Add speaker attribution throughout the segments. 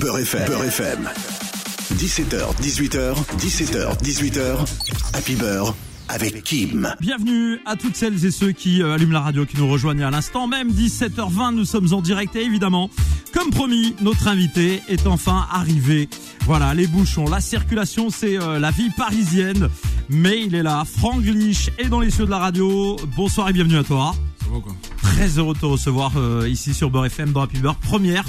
Speaker 1: Beurre FM. Beurre FM. 17h, 18h, 17h, 18h. Happy Beurre avec Kim.
Speaker 2: Bienvenue à toutes celles et ceux qui euh, allument la radio, qui nous rejoignent à l'instant même, 17h20, nous sommes en direct et évidemment, comme promis, notre invité est enfin arrivé. Voilà, les bouchons, la circulation, c'est euh, la vie parisienne, mais il est là, Franglish est dans les cieux de la radio. Bonsoir et bienvenue à toi.
Speaker 3: Ça va quoi
Speaker 2: Très heureux de te recevoir euh, ici sur Beurre FM dans Happy Beurre, première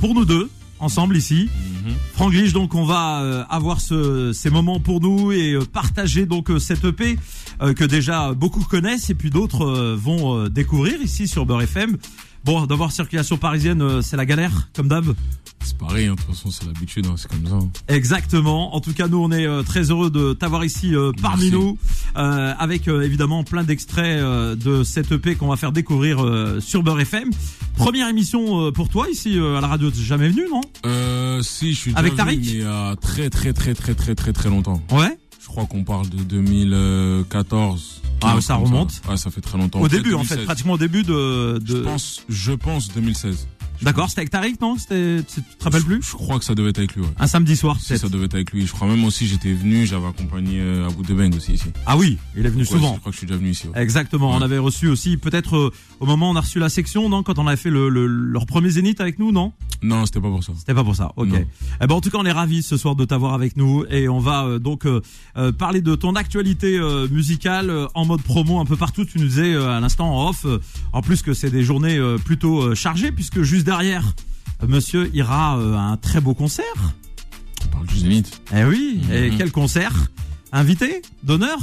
Speaker 2: pour nous deux, ensemble ici.
Speaker 3: Mhm.
Speaker 2: Franglish, donc on va euh, avoir ce, ces moments pour nous et euh, partager donc euh, cette EP euh, que déjà beaucoup connaissent et puis d'autres euh, vont euh, découvrir ici sur Beurre FM. Bon, d'abord circulation parisienne, euh, c'est la galère comme d'hab.
Speaker 3: C'est pareil, hein, de toute façon, c'est l'habitude, hein, c'est comme ça. hein.
Speaker 2: Exactement. En tout cas, nous, on est euh, très heureux de t'avoir ici euh, parmi
Speaker 3: Merci.
Speaker 2: nous, euh, avec euh, évidemment plein d'extraits euh, de cette EP qu'on va faire découvrir euh, sur Beurre FM. Première émission euh, pour toi ici euh, à la radio, t'es jamais venu, non
Speaker 3: Euh, si, je suis déjà
Speaker 2: Avec
Speaker 3: venu,
Speaker 2: Tariq
Speaker 3: mais il y a très très très très très très très longtemps.
Speaker 2: Ouais.
Speaker 3: Je crois qu'on parle de 2014.
Speaker 2: Ah,
Speaker 3: Comme
Speaker 2: ça remonte.
Speaker 3: Ouais, ça fait très longtemps.
Speaker 2: Au
Speaker 3: Peut-être
Speaker 2: début, en fait,
Speaker 3: 2016.
Speaker 2: pratiquement euh, au début de.
Speaker 3: Je
Speaker 2: de...
Speaker 3: pense, je pense 2016.
Speaker 2: D'accord, c'était avec Tariq, non C'était, tu tu te rappelles
Speaker 3: Je-
Speaker 2: plus
Speaker 3: Je crois que ça devait être avec lui, ouais.
Speaker 2: Un samedi soir,
Speaker 3: Si, ça
Speaker 2: peut-être.
Speaker 3: devait être avec lui. Je crois même aussi, j'étais venu, j'avais accompagné euh, Abou Debeng aussi ici.
Speaker 2: Ah oui, il est venu
Speaker 3: Ouais,
Speaker 2: souvent.
Speaker 3: Je crois que je suis déjà venu ici. ouais.
Speaker 2: Exactement. On
Speaker 3: Ouais.
Speaker 2: avait reçu aussi, peut-être euh, au moment où on a reçu la section, non Quand on avait fait le, le- leur premier zénith avec nous, non
Speaker 3: Non, c'était pas pour ça.
Speaker 2: C'était pas pour ça. Ok.
Speaker 3: Non.
Speaker 2: Eh ben en tout cas, on est ravis ce soir de t'avoir avec nous et on va euh, donc euh, euh, parler de ton actualité euh, musicale euh, en mode promo un peu partout. Tu nous disais euh, à l'instant en off. euh, en plus que c'est des journées euh, plutôt euh, chargées puisque juste derrière, euh, Monsieur ira euh, à un très beau concert.
Speaker 3: Tu parles du Zénith.
Speaker 2: Eh oui. Et
Speaker 3: Mhm.
Speaker 2: quel concert Invité D'honneur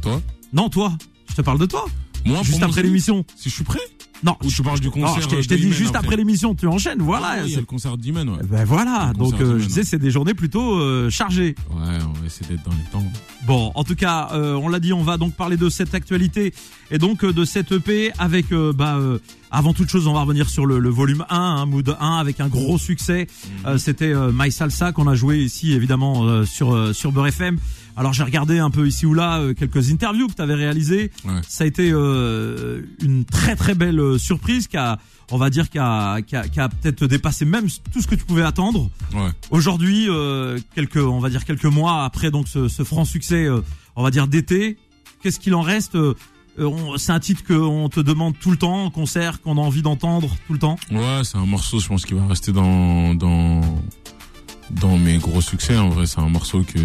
Speaker 3: Toi
Speaker 2: Non, toi. Je te parle de toi.
Speaker 3: Moi, pour
Speaker 2: juste
Speaker 3: mon
Speaker 2: après
Speaker 3: Zénith,
Speaker 2: l'émission.
Speaker 3: Si je suis prêt
Speaker 2: Non.
Speaker 3: Ou tu parles du
Speaker 2: non,
Speaker 3: concert
Speaker 2: je t'ai- je
Speaker 3: euh,
Speaker 2: t'ai dit
Speaker 3: d'Imen
Speaker 2: juste après l'émission. Tu enchaînes. Voilà.
Speaker 3: Ah ouais, Il y a
Speaker 2: c'est-
Speaker 3: le concert d'Imen, ouais.
Speaker 2: ben voilà.
Speaker 3: Le
Speaker 2: Donc
Speaker 3: concert hein.
Speaker 2: euh, je
Speaker 3: d'Imen.
Speaker 2: disais, c'est des journées plutôt euh, chargées.
Speaker 3: Ouais, on va essayer d'être dans les temps.
Speaker 2: Bon, en tout cas, euh, on l'a dit, on va donc parler de cette actualité et donc euh, de cette EP avec, euh, bah, euh, avant toute chose, on va revenir sur le, le volume 1, hein, Mood 1, avec un gros succès. Euh, C'était euh, My Salsa qu'on a joué ici, évidemment, euh, sur euh, sur Beurre FM. Alors j'ai regardé un peu ici ou là euh, quelques interviews que tu avais réalisées.
Speaker 3: Ouais.
Speaker 2: Ça a été euh, une très très belle euh, surprise qui a, on va dire, qui a, qui a, qui a peut-être dépassé même tout ce que tu pouvais attendre.
Speaker 3: Ouais.
Speaker 2: Aujourd'hui, euh, quelques, on va dire quelques mois après donc ce, ce franc succès, euh, on va dire d'été, qu'est-ce qu'il en reste euh, euh, on- C'est un titre qu'on te demande tout le temps en concert, qu'on a envie d'entendre tout le temps.
Speaker 3: Ouais, c'est un morceau, je pense, qui va rester dans, dans, dans mes gros succès. En vrai, c'est un morceau que,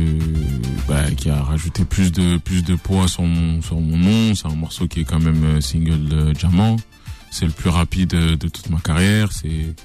Speaker 3: bah, qui a rajouté plus de, plus de poids sur mon, sur mon nom. C'est un morceau qui est quand même euh, single euh, diamant. C'est le plus rapide euh, de toute ma carrière. C'est,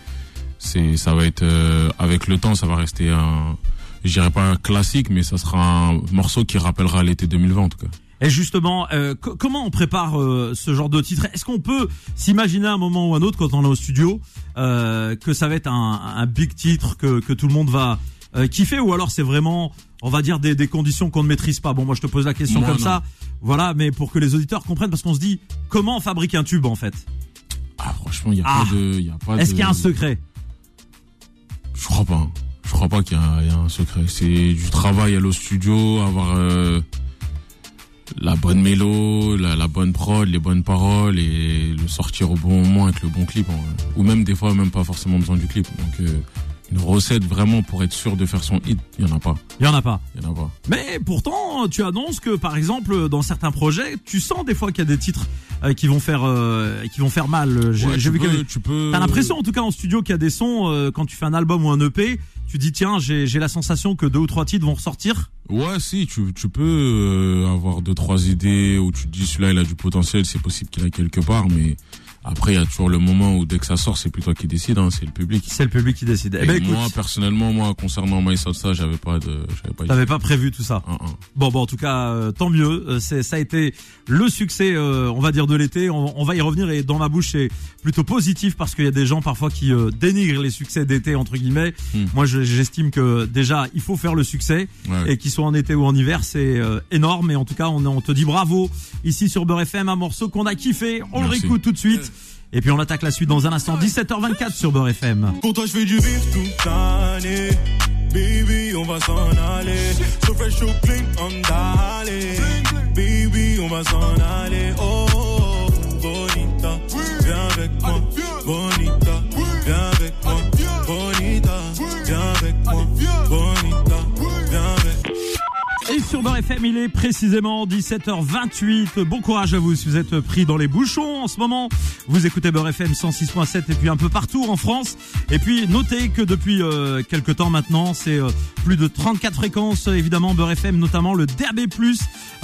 Speaker 3: c'est, ça va être, euh, avec le temps, ça va rester un, je dirais pas un classique, mais ça sera un morceau qui rappellera l'été 2020, en tout cas.
Speaker 2: Et justement, euh, co- comment on prépare euh, ce genre de titre Est-ce qu'on peut s'imaginer à un moment ou un autre, quand on est au studio, euh, que ça va être un, un big titre que, que tout le monde va euh, kiffer Ou alors c'est vraiment, on va dire, des, des conditions qu'on ne maîtrise pas Bon, moi je te pose la question
Speaker 3: Moi,
Speaker 2: comme
Speaker 3: non.
Speaker 2: ça, voilà, mais pour que les auditeurs comprennent, parce qu'on se dit, comment on fabrique un tube en fait
Speaker 3: Ah, franchement, il n'y a,
Speaker 2: Ah.
Speaker 3: pas de, il y a pas
Speaker 2: Est-ce
Speaker 3: de-
Speaker 2: qu'il y a un secret
Speaker 3: Je crois pas. hein. Je crois pas qu'il y, a- il y a un secret. C'est du travail, aller au studio, avoir euh, la bonne mélo, la, la bonne prod, les bonnes paroles et le sortir au bon moment avec le bon clip. en vrai. Ou même des fois, même pas forcément besoin du clip. Donc euh, une recette vraiment pour être sûr de faire son hit, il y en a pas.
Speaker 2: Il y en a pas.
Speaker 3: Il y en a pas.
Speaker 2: Mais pourtant, tu annonces que, par exemple, dans certains projets, tu sens des fois qu'il y a des titres euh, qui vont faire, euh, qui vont faire mal. J'ai
Speaker 3: Ouais,
Speaker 2: j'ai
Speaker 3: tu
Speaker 2: vu qu'il y avait-
Speaker 3: peux, tu peux.
Speaker 2: T'as l'impression en tout cas en studio qu'il y a des sons euh, quand tu fais un album ou un EP, tu dis tiens j'ai j'ai la sensation que deux ou trois titres vont ressortir.
Speaker 3: Ouais, si, tu, tu peux euh, avoir deux, trois idées où tu te dis celui-là, il a du potentiel, c'est possible qu'il a quelque part, mais après, il y a toujours le moment où dès que ça sort, c'est plus toi qui décide, hein, c'est le public.
Speaker 2: C'est le public qui décide. Eh ben
Speaker 3: Et moi,
Speaker 2: écoute,
Speaker 3: personnellement, moi, concernant My Salsa, j'avais pas de, j'avais pas de-
Speaker 2: t'avais pas prévu tout ça.
Speaker 3: un, un.
Speaker 2: Bon bon en tout cas euh, tant mieux. Euh, C'est ça a été le succès euh, on va dire de l'été. On, on va y revenir et dans ma bouche c'est plutôt positif parce qu'il y a des gens parfois qui euh, dénigrent les succès d'été entre guillemets.
Speaker 3: Hmm.
Speaker 2: Moi je- j'estime que déjà il faut faire le succès.
Speaker 3: Ouais.
Speaker 2: et qu'ils soient en été ou en hiver, c'est euh, énorme. Et en tout cas, on, on te dit bravo ici sur Beurre FM, un morceau qu'on a kiffé. On le
Speaker 3: Merci.
Speaker 2: réécoute tout de suite. Et puis on attaque la suite dans un instant, 17h24 sur Beurre FM.
Speaker 4: Pour toi, je fais du vif toute l'année. Baby, on va s'en aller. So fresh, so clean, on d'aller. Baby, on va s'en aller. Oh, oh, bonita, viens avec moi. Bonita, viens avec moi. Bonita, viens
Speaker 2: Beurre FM, il est précisément 17h28. Bon courage à vous si vous êtes pris dans les bouchons en ce moment. Vous écoutez Beurre FM 106.7 et puis un peu partout en France. Et puis notez que depuis euh, quelques temps maintenant, c'est euh, plus de 34 fréquences évidemment Beurre FM, notamment le DAB+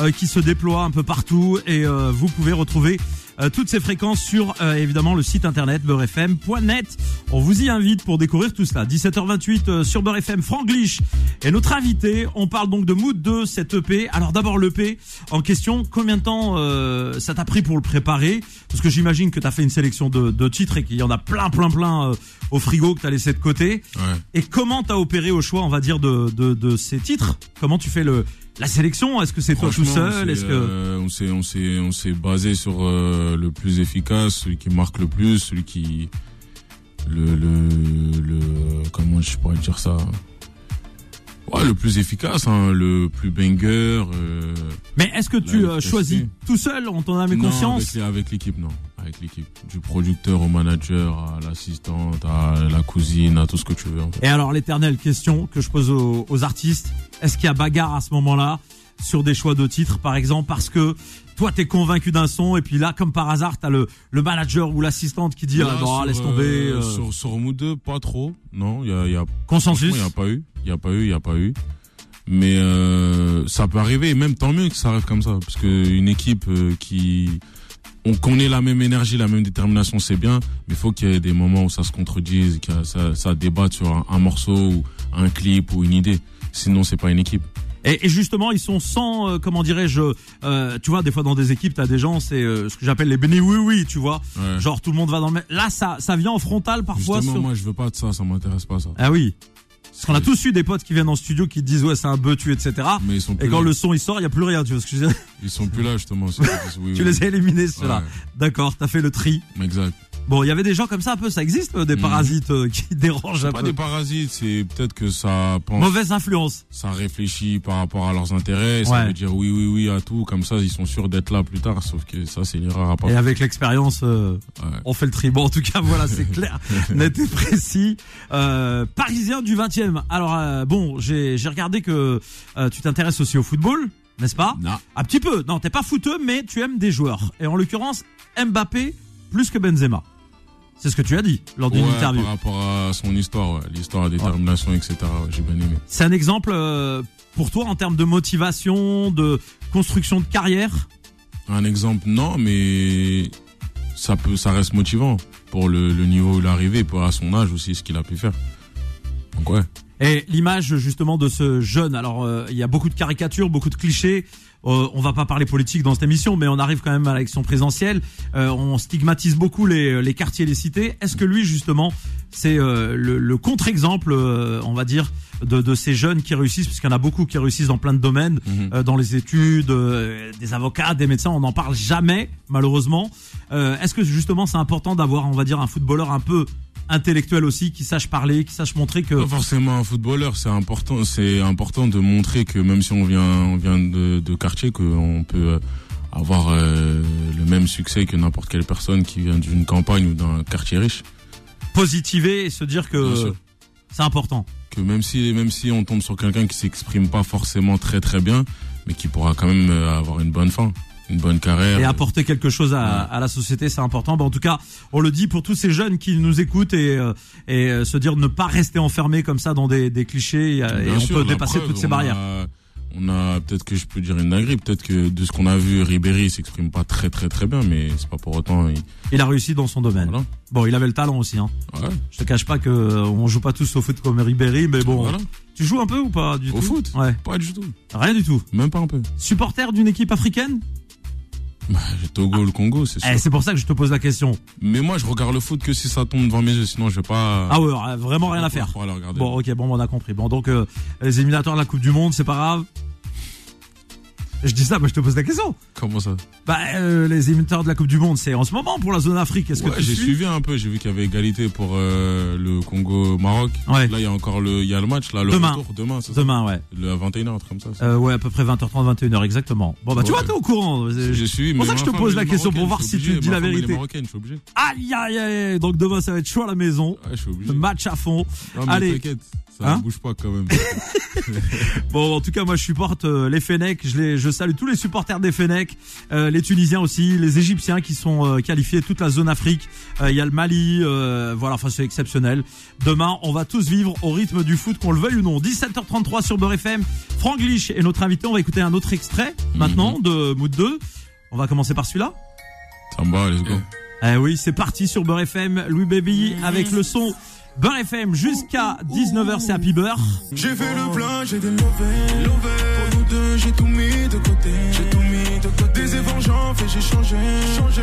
Speaker 2: euh, qui se déploie un peu partout et euh, vous pouvez retrouver euh, toutes ces fréquences sur euh, évidemment le site internet beurrefm.net. On vous y invite pour découvrir tout cela. 17h28 euh, sur Beurre FM Franglish et notre invité, on parle donc de Mood 2 cette EP. Alors d'abord l'EP en question, combien de temps euh, ça t'a pris pour le préparer Parce que j'imagine que t'as fait une sélection de, de titres et qu'il y en a plein plein plein euh, au frigo que t'as laissé de côté.
Speaker 3: Ouais.
Speaker 2: Et comment t'as opéré au choix, on va dire, de, de, de ces titres Comment tu fais le la sélection Est-ce que c'est toi tout
Speaker 3: Franchement, on
Speaker 2: seul
Speaker 3: s'est,
Speaker 2: Est-ce que
Speaker 3: euh, on s'est on s'est on s'est basé sur euh, le plus efficace, celui qui marque le plus, celui qui le le, le- comment je pourrais dire ça Ouais, le plus efficace, hein, le plus banger. euh,
Speaker 2: Mais est-ce que tu
Speaker 3: Là,
Speaker 2: euh,
Speaker 3: Bah, je
Speaker 2: choisis
Speaker 3: sais.
Speaker 2: tout seul On t'en avait
Speaker 3: non,
Speaker 2: conscience
Speaker 3: avec, les- avec l'équipe, non. Avec l'équipe, du producteur au manager, à l'assistante, à la cousine, à tout ce que tu veux. En fait.
Speaker 2: Et alors l'éternelle question que je pose aux, aux artistes, est-ce qu'il y a bagarre à ce moment-là sur des choix de titres par exemple parce que toi t'es convaincu d'un son et puis là comme par hasard t'as le, le manager ou l'assistante qui dit
Speaker 3: Là,
Speaker 2: ah, non
Speaker 3: sur,
Speaker 2: laisse tomber
Speaker 3: euh,
Speaker 2: euh,
Speaker 3: Sur, sur Mood 2, pas trop. Non, il y a, il y a
Speaker 2: consensus.
Speaker 3: Il n'y a pas eu, il n'y a pas eu, il n'y a pas eu. Mais euh, ça peut arriver, et même tant mieux que ça arrive comme ça, parce qu'une équipe euh, qui... On connaît la même énergie, la même détermination, c'est bien, mais il faut qu'il y ait des moments où ça se contredise, que ça, ça débatte sur un, un morceau ou un clip ou une idée. Sinon, c'est pas une équipe.
Speaker 2: Et, et justement, ils sont sans, euh, comment dirais-je, euh, tu vois, des fois dans des équipes, t'as des gens, c'est euh, ce que j'appelle les bénis oui oui, tu vois.
Speaker 3: Ouais.
Speaker 2: Genre tout le monde va dans le même. Là, ça, ça vient en frontal parfois.
Speaker 3: Justement,
Speaker 2: sur-
Speaker 3: moi, je veux pas de ça, ça m'intéresse pas ça.
Speaker 2: Ah oui. Parce qu'on a
Speaker 3: Mm.
Speaker 2: tous eu des potes qui viennent en studio qui te disent ouais c'est un beutu etc.
Speaker 3: Mais ils sont plus
Speaker 2: Et quand
Speaker 3: là.
Speaker 2: le son il sort, il y a plus rien, tu vois ce que je veux dire
Speaker 3: Ils sont plus là, justement. ceux qui disent oui,
Speaker 2: Tu
Speaker 3: oui.
Speaker 2: les as éliminés ceux-là.
Speaker 3: Mm. Ouais,
Speaker 2: D'accord, t'as fait le tri.
Speaker 3: Exact.
Speaker 2: Bon, il y avait des gens comme ça un peu, ça existe euh, des
Speaker 3: Mm.
Speaker 2: parasites euh, qui dérangent un
Speaker 3: Pas
Speaker 2: peu.
Speaker 3: des parasites, c'est peut-être que ça pense
Speaker 2: Mauvaise influence.
Speaker 3: ça réfléchit par rapport à leurs intérêts, ça
Speaker 2: Ouais.
Speaker 3: veut dire oui, oui, oui à tout, comme ça ils sont sûrs d'être là plus tard, sauf que ça c'est l'erreur à pas
Speaker 2: Et
Speaker 3: faire.
Speaker 2: avec l'expérience, euh,
Speaker 3: Ouais.
Speaker 2: on fait le tri. Bon, en tout cas, voilà, c'est clair, net et précis. Euh, Parisien du 20e. Alors, euh, bon, j'ai j'ai regardé que euh, tu t'intéresses aussi au football, n'est-ce pas
Speaker 3: Non.
Speaker 2: Un petit peu. Non, t'es pas footeux, mais tu aimes des joueurs. Et en l'occurrence, Mbappé plus que Benzema. C'est ce que tu as dit lors d'une
Speaker 3: Ouais,
Speaker 2: interview.
Speaker 3: par rapport à son histoire, ouais, l'histoire, la détermination, etc. ouais, J'ai bien aimé.
Speaker 2: C'est un exemple euh, pour toi en termes de motivation, de construction de carrière.
Speaker 3: Un exemple, non, mais ça peut, ça reste motivant pour le, le niveau où il est arrivé, pour à son âge aussi ce qu'il a pu faire. Donc ouais.
Speaker 2: Et l'image justement de ce jeune, alors euh, il y a beaucoup de caricatures, beaucoup de clichés. Euh, on va pas parler politique dans cette émission, mais on arrive quand même à l'élection présidentielle. Euh, on stigmatise beaucoup les, les quartiers, les cités. Est-ce que lui justement, c'est euh, le, le contre-exemple, euh, on va dire, de, de ces jeunes qui réussissent, puisqu'il y en a beaucoup qui réussissent dans plein de domaines,
Speaker 3: Mhm.
Speaker 2: euh, dans les études, euh, des avocats, des médecins, on n'en parle jamais, malheureusement. Euh, Est-ce que justement c'est important d'avoir, on va dire, un footballeur un peu intellectuel aussi, qui sache parler, qui sache montrer que...
Speaker 3: Pas forcément un footballeur, c'est important, c'est important de montrer que même si on vient, on vient de, de quartier, qu'on peut euh, avoir euh, le même succès que n'importe quelle personne qui vient d'une campagne ou d'un quartier riche.
Speaker 2: positiver et se dire
Speaker 3: Bien
Speaker 2: que
Speaker 3: sûr.
Speaker 2: c'est important.
Speaker 3: Que même si, même si on tombe sur quelqu'un qui s'exprime pas forcément très très bien, mais qui pourra quand même euh, avoir une bonne fin, une bonne carrière.
Speaker 2: Et apporter quelque chose à,
Speaker 3: Ouais.
Speaker 2: à la société, c'est important. Bah, en tout cas, on le dit pour tous ces jeunes qui nous écoutent et, euh, et euh, se dire ne pas rester enfermé comme ça dans des, des clichés et, euh, et
Speaker 3: Bien
Speaker 2: on
Speaker 3: sûr,
Speaker 2: peut
Speaker 3: la
Speaker 2: dépasser
Speaker 3: preuve,
Speaker 2: toutes ces
Speaker 3: on
Speaker 2: barrières.
Speaker 3: a- on a peut-être que je peux dire une dinguerie, peut-être que de ce qu'on a vu, Ribéry s'exprime pas très très très bien, mais c'est pas pour autant. il-
Speaker 2: Il a réussi dans son domaine.
Speaker 3: Voilà.
Speaker 2: Bon, il avait le talent aussi. Hein.
Speaker 3: Ouais,
Speaker 2: Je te cache pas que euh, on joue pas tous au foot comme Ribéry, mais bon.
Speaker 3: voilà.
Speaker 2: Tu joues un peu ou pas du
Speaker 3: Au
Speaker 2: tout
Speaker 3: foot
Speaker 2: Ouais,
Speaker 3: Pas du tout.
Speaker 2: rien du tout.
Speaker 3: Même pas un peu.
Speaker 2: Supporter d'une équipe africaine
Speaker 3: Bah, le Togo, le Congo, c'est sûr.
Speaker 2: Eh, c'est pour ça que je te pose la question.
Speaker 3: Mais moi, je regarde le foot que si ça tombe devant mes yeux, sinon je vais pas.
Speaker 2: Ah ouais, euh,
Speaker 3: je vais
Speaker 2: vraiment
Speaker 3: pas
Speaker 2: rien à
Speaker 3: pouvoir
Speaker 2: faire.
Speaker 3: pouvoir le regarder.
Speaker 2: Bon, ok, bon, on a compris. Bon, donc euh, les éliminatoires de la Coupe du Monde, c'est pas grave. Je dis ça, moi je te pose la question.
Speaker 3: Comment ça
Speaker 2: Bah, euh, les éliminatoires de la Coupe du Monde, c'est en ce moment pour la zone Afrique. Est-ce
Speaker 3: Ouais,
Speaker 2: que tu
Speaker 3: J'ai
Speaker 2: suis,
Speaker 3: suivi un peu. J'ai vu qu'il y avait égalité pour euh, le Congo-Maroc.
Speaker 2: Ouais.
Speaker 3: Là, il y a encore le, il y a le match là, le
Speaker 2: Demain.
Speaker 3: retour demain. C'est ça
Speaker 2: Demain, ouais.
Speaker 3: Le à 21 h un truc comme ça. c'est-
Speaker 2: Euh, ouais, à peu près 20h30, 21h, exactement. Bon, bah, tu
Speaker 3: Ouais.
Speaker 2: vois, t'es au courant.
Speaker 3: J'ai suivi.
Speaker 2: c'est pour
Speaker 3: mais
Speaker 2: ça que je
Speaker 3: ma
Speaker 2: te
Speaker 3: femme,
Speaker 2: pose
Speaker 3: elle
Speaker 2: la
Speaker 3: est
Speaker 2: question, pour
Speaker 3: marocaine,
Speaker 2: voir
Speaker 3: je suis
Speaker 2: si tu
Speaker 3: obligé.
Speaker 2: dis
Speaker 3: Ma
Speaker 2: la
Speaker 3: femme, elle est
Speaker 2: vérité.
Speaker 3: marocaine, je suis obligé.
Speaker 2: Aïe, aïe, aïe. Donc demain, ça va être chaud à la maison.
Speaker 3: Ouais, je suis obligé.
Speaker 2: Match à fond.
Speaker 3: Non, mais
Speaker 2: Allez.
Speaker 3: t'inquiète, ça Ça
Speaker 2: Hein
Speaker 3: bouge pas quand même.
Speaker 2: Bon, en tout cas, moi, je supporte euh, les Fennecs. Je, les, je salue tous les supporters des Fennecs, euh, les Tunisiens aussi, les Égyptiens qui sont euh, qualifiés, toute la zone Afrique. Euh, Il y a le Mali. euh, voilà, enfin, c'est exceptionnel. Demain, on va tous vivre au rythme du foot, qu'on le veuille ou non. 17h33 sur Beurre FM. Franck Lich est notre invité. On va écouter un autre extrait maintenant de Mood 2. On va commencer par celui-là.
Speaker 3: Ça me va, let's go.
Speaker 2: Eh oui, c'est parti sur Beurre FM. Louis Baby avec le son Beurre FM jusqu'à 19h. C'est Happy Beurre.
Speaker 4: J'ai fait le plein, j'ai des mauvais. Pour nous deux, j'ai tout mis de côté. J'ai tout mis de côté. Des vengeants, fait j'ai changé. Changé.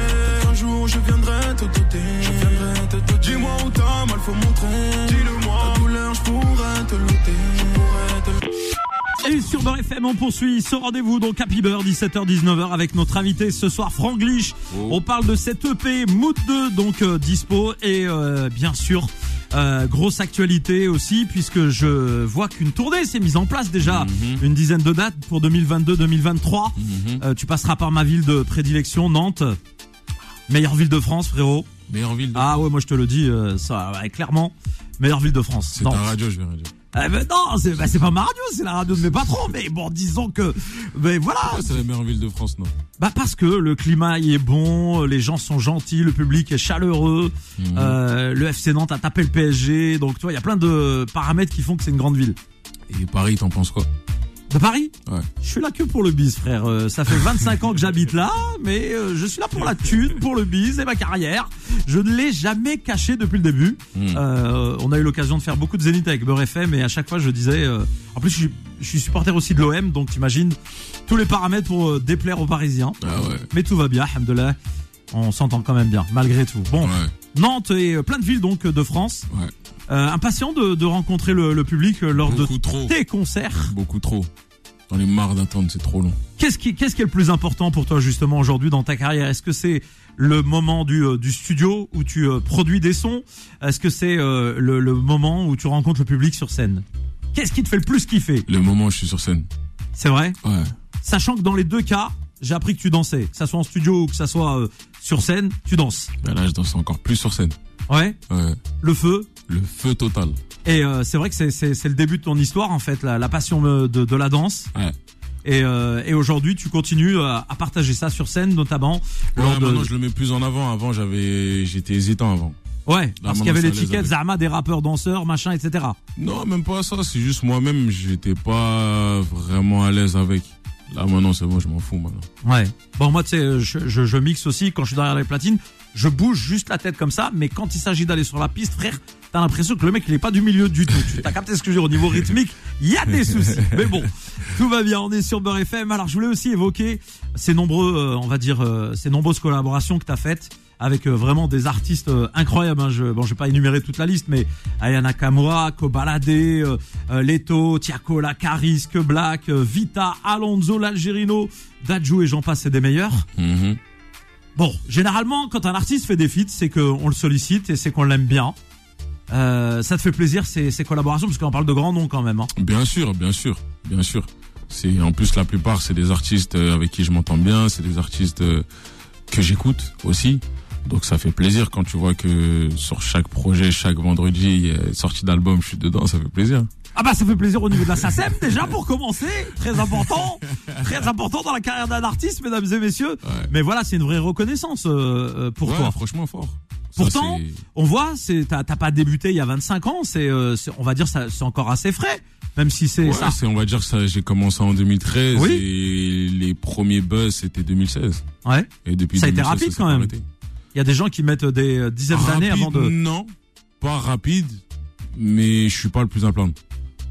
Speaker 4: Un jour, je viendrai te doter. Je viendrai te doter. Dis-moi où t'as mal, faut montrer. Dis-le-moi. Ta douleur, je pourrais te l'ôter. Je pourrais te
Speaker 2: Et sur Beurre FM, on poursuit ce rendez-vous donc Happy Beurre 17h-19h avec notre invité ce soir Franglish.
Speaker 3: Oh.
Speaker 2: On parle de cette EP Mood 2 donc euh, dispo et euh, bien sûr euh, grosse actualité aussi puisque je vois qu'une tournée s'est mise en place déjà une dizaine de dates pour 2022-2023.
Speaker 3: Mhm.
Speaker 2: Euh, tu passeras par ma ville de prédilection Nantes, meilleure ville de France frérot.
Speaker 3: Meilleure ville. de-
Speaker 2: Ah ouais moi je te le dis euh, ça ouais, clairement meilleure ville de France.
Speaker 3: C'est ta
Speaker 2: Nantes.
Speaker 3: radio, je vais radio.
Speaker 2: Eh ben non, c'est bah, c'est pas ma radio, c'est la radio de mes patrons. Mais bon, disons que, mais voilà.
Speaker 3: Pourquoi c'est la meilleure ville de France, non
Speaker 2: Bah parce que le climat y est bon, les gens sont gentils, le public est chaleureux. euh, le FC Nantes a tapé le PSG, donc tu vois, il y a plein de paramètres qui font que c'est une grande ville.
Speaker 3: Et Paris, t'en penses quoi
Speaker 2: De Paris
Speaker 3: Ouais.
Speaker 2: Je suis là que pour le bise, frère. Euh, ça fait 25 ans que j'habite là, mais euh, je suis là pour la thune, pour le bise et ma carrière. Je ne l'ai jamais caché depuis le début.
Speaker 3: Mhm.
Speaker 2: Euh, on a eu l'occasion de faire beaucoup de zénith avec Beurre FM et à chaque fois je disais... euh, en plus, je suis, je suis supporter aussi de l'OM, donc t'imagines tous les paramètres pour euh, déplaire aux Parisiens.
Speaker 3: Ah ouais.
Speaker 2: Mais tout va bien, alhamdoulilah. On s'entend quand même bien, malgré tout. Bon,
Speaker 3: Ouais.
Speaker 2: Nantes et euh, plein de villes donc euh, de France.
Speaker 3: Ouais.
Speaker 2: Euh, impatient de, de rencontrer le, le public euh, lors
Speaker 3: Beaucoup
Speaker 2: de
Speaker 3: trop.
Speaker 2: tes concerts.
Speaker 3: Beaucoup trop. J'en ai marre d'attendre, c'est trop long.
Speaker 2: Qu'est-ce qui, qu'est-ce qui est le plus important pour toi justement aujourd'hui dans ta carrière Est-ce que c'est le moment du, euh, du studio où tu euh, produis des sons Est-ce que c'est euh, le, le moment où tu rencontres le public sur scène Qu'est-ce qui te fait le plus kiffer
Speaker 3: Le moment où je suis sur scène.
Speaker 2: C'est vrai
Speaker 3: Ouais.
Speaker 2: Sachant que dans les deux cas, j'ai appris que tu dansais, que ça soit en studio ou que ça soit euh, sur scène, tu danses.
Speaker 3: Bah là, je danse encore plus sur scène.
Speaker 2: Ouais,
Speaker 3: Ouais.
Speaker 2: le feu,
Speaker 3: Le feu total.
Speaker 2: Et euh, c'est vrai que c'est, c'est, c'est le début de ton histoire en fait, la, la passion euh, de, de la danse.
Speaker 3: Ouais.
Speaker 2: Et, euh, et aujourd'hui, tu continues euh, à partager ça sur scène, notamment.
Speaker 3: Ouais,
Speaker 2: lors de-
Speaker 3: maintenant, je le mets plus en avant. Avant, j'avais, j'étais hésitant avant.
Speaker 2: ouais parce qu'il y
Speaker 3: maintenant,
Speaker 2: avait
Speaker 3: ça
Speaker 2: l'étiquette
Speaker 3: les
Speaker 2: Zama des rappeurs, danseurs, machin, etc.
Speaker 3: Non, même pas ça. C'est juste moi-même, j'étais pas vraiment à l'aise avec. Là, maintenant, c'est bon, je m'en fous maintenant.
Speaker 2: Ouais. Bon, moi, tu sais, je, je, je mixe aussi quand je suis derrière les platines. Je bouge juste la tête comme ça, mais quand il s'agit d'aller sur la piste, frère, t'as l'impression que le mec, il est pas du milieu du tout. Tu t'as capté ce que je veux dire au niveau rythmique Il y a des soucis, mais bon, tout va bien. On est sur Beurre FM. Alors, je voulais aussi évoquer ces nombreux, euh, on va dire, euh, ces nombreuses collaborations que t'as faites avec euh, vraiment des artistes euh, incroyables. hein. Je, bon, je vais pas énumérer toute la liste, mais Ayana Kamura, Kobalade, euh, euh, Leto, Tiakola, Karis, Que Black, euh, Vita, Alonso, L'Algerino, Dadju et j'en passe, c'est des meilleurs.
Speaker 3: Mhm.
Speaker 2: Bon, généralement, quand un artiste fait des feats, c'est qu'on le sollicite et c'est qu'on l'aime bien. Euh, ça te fait plaisir ces, ces collaborations parce qu'on parle de grands noms quand même. hein.
Speaker 3: Bien sûr, bien sûr, bien sûr. C'est en plus la plupart, c'est des artistes euh, avec qui je m'entends bien, c'est des artistes euh, que j'écoute aussi. Donc ça fait plaisir quand tu vois que sur chaque projet, chaque vendredi, il y a une sortie d'album, je suis dedans, ça fait plaisir.
Speaker 2: Ah bah ça fait plaisir au niveau de la SACEM déjà pour commencer, très important, très important dans la carrière d'un artiste, mesdames et messieurs.
Speaker 3: Ouais.
Speaker 2: Mais voilà, c'est une vraie reconnaissance euh, euh, pour
Speaker 3: Ouais,
Speaker 2: toi.
Speaker 3: franchement fort. Ça,
Speaker 2: Pourtant,
Speaker 3: c'est-
Speaker 2: on voit, c'est t'as t'as pas débuté il y a 25 ans, c'est euh, c'est- on va dire ça c'est encore assez frais, même si c'est
Speaker 3: Ouais,
Speaker 2: ça.
Speaker 3: c'est- on va dire que ça, j'ai commencé en 2013
Speaker 2: Oui.
Speaker 3: et les premiers buzz c'était 2016.
Speaker 2: Ouais.
Speaker 3: Et depuis
Speaker 2: Ça a été
Speaker 3: 2016,
Speaker 2: rapide
Speaker 3: s'est
Speaker 2: quand
Speaker 3: pas
Speaker 2: même.
Speaker 3: arrêté. Ah,
Speaker 2: Il y a des gens qui mettent des euh, dizaines d'années avant
Speaker 3: Rapide,
Speaker 2: de.
Speaker 3: Non, pas rapide, mais je suis pas le plus à plaindre.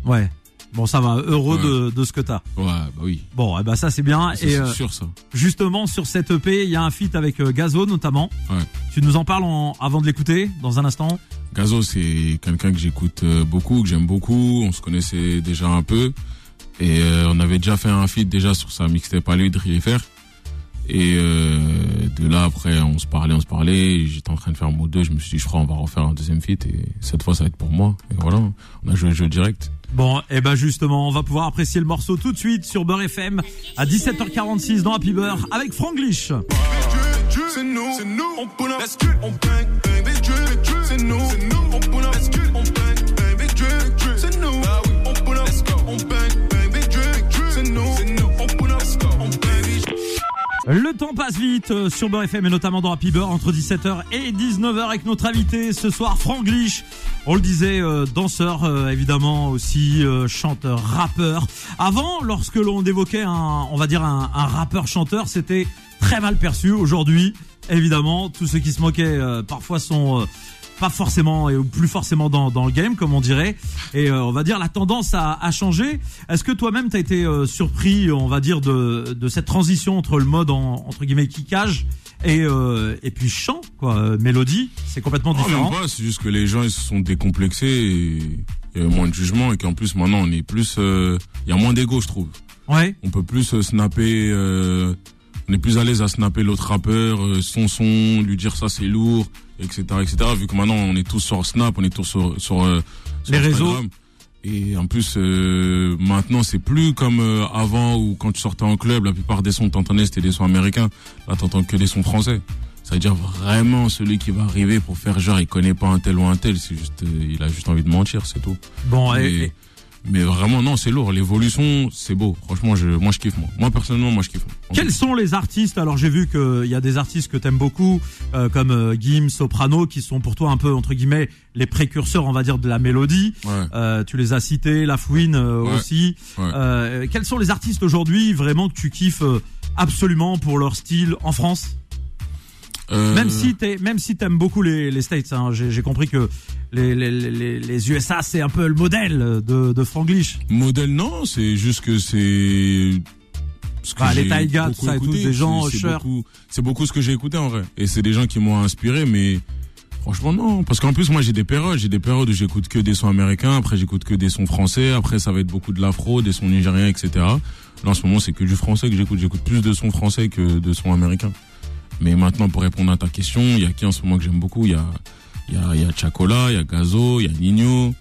Speaker 2: Ouais. Bon, ça va. Heureux
Speaker 3: Ouais.
Speaker 2: de, de ce que t'as.
Speaker 3: Ouais, bah oui.
Speaker 2: Bon, eh ben ça c'est bien.
Speaker 3: Ça,
Speaker 2: Et
Speaker 3: C'est
Speaker 2: euh,
Speaker 3: sûr ça.
Speaker 2: justement sur cette EP, il y a un feat avec euh, Gazo notamment.
Speaker 3: Ouais.
Speaker 2: Tu nous en parles en- avant de l'écouter dans un instant.
Speaker 3: Gazo, c'est quelqu'un que j'écoute euh, beaucoup, que j'aime beaucoup. On se connaissait déjà un peu. Et euh, on avait déjà fait un feat déjà sur sa mixtape à lui, Drillefer. Et euh, de là, après, on se parlait, on se parlait. J'étais en train de faire mot 2. Je me suis dit, je crois, on va refaire un deuxième feat. Et cette fois, ça va être pour moi. Et voilà, on a joué le jeu direct.
Speaker 2: Bon, et ben justement, on va pouvoir apprécier le morceau tout de suite sur Beurre FM à 17h46 dans Happy Beurre avec Franglish.
Speaker 4: C'est nous, c'est nous, on pull up, let's on bang, bang, let's do it, c'est nous, c'est nous, on pull up, let's on bang, bang, let's do it, c'est nous,
Speaker 2: passe vite euh, sur Beurre FM et notamment dans Happy Beurre entre 17h et 19h avec notre invité ce soir, Franck Lich. On le disait, euh, danseur euh, évidemment aussi, euh, chanteur, rappeur. Avant, lorsque l'on évoquait un, on va dire un, un rappeur-chanteur, c'était très mal perçu. Aujourd'hui, évidemment, tous ceux qui se moquaient euh, parfois sont euh, pas forcément et ou plus forcément dans, dans le game comme on dirait et euh, on va dire la tendance a, a changé est-ce que toi-même t'as été euh, surpris on va dire de, de cette transition entre le mode en, entre guillemets kickage et euh, et puis chant quoi euh, mélodie c'est complètement
Speaker 3: Non, même
Speaker 2: différent
Speaker 3: pas, c'est juste que les gens ils se sont décomplexés et il y avait moins de jugement et qu'en plus maintenant on est plus euh, il y a moins d'ego je trouve.
Speaker 2: ouais
Speaker 3: On peut plus euh, snapper euh, on est plus à l'aise à snapper l'autre rappeur, euh, son son, lui dire ça c'est lourd, etc. etc. Vu que maintenant on est tous sur Snap, on est tous sur, sur, euh, sur
Speaker 2: Les réseaux.
Speaker 3: Instagram. Et en plus euh, maintenant c'est plus comme euh, avant où quand tu sortais en club la plupart des sons que t'entendais c'était des sons américains. Là t'entends que des sons français. Ça veut dire vraiment celui qui va arriver pour faire genre il connaît pas un tel ou un tel, c'est juste euh, il a juste envie de mentir, c'est tout.
Speaker 2: bon et-
Speaker 3: Mais-
Speaker 2: et-
Speaker 3: Mais vraiment non, c'est lourd, l'évolution, c'est beau. Franchement, je moi je kiffe moi. Moi personnellement, moi je kiffe.
Speaker 2: Quels sont les artistes Alors j'ai vu qu'il y a des artistes que t'aimes beaucoup, euh, comme euh, Gims, Soprano, qui sont pour toi un peu entre guillemets les précurseurs, on va dire, de la mélodie.
Speaker 3: Ouais.
Speaker 2: Euh, tu les as cités, La Fouine euh,
Speaker 3: Ouais.
Speaker 2: aussi.
Speaker 3: Ouais.
Speaker 2: Euh, quels sont les artistes aujourd'hui vraiment que tu kiffes euh, absolument pour leur style en France
Speaker 3: Euh,
Speaker 2: Même si t'es, même si t'aimes beaucoup les, les States, hein, j'ai, j'ai compris que les, les, les, les USA c'est un peu le modèle de, de Franglish.
Speaker 3: Modèle, non, c'est juste que c'est. ce que
Speaker 2: Bah, les
Speaker 3: j'ai
Speaker 2: Taiga, tout
Speaker 3: beaucoup
Speaker 2: ça et tout,
Speaker 3: écouté.
Speaker 2: des gens,
Speaker 3: C'est- c'est
Speaker 2: Usher.
Speaker 3: beaucoup, c'est beaucoup ce que j'ai écouté en vrai. Et c'est des gens qui m'ont inspiré, mais franchement, non. Parce qu'en plus, moi, j'ai des périodes. J'ai des périodes où j'écoute que des sons américains, après, j'écoute que des sons français, après, ça va être beaucoup de l'afro, des sons nigériens, etc. Là, en ce moment, c'est que du français que j'écoute. J'écoute plus de sons français que de sons américains. Mais maintenant, pour répondre à ta question, il y a qui en ce moment que j'aime beaucoup Il y a, il y a, il y a Chacola, il y a Gazo, il y a Nino.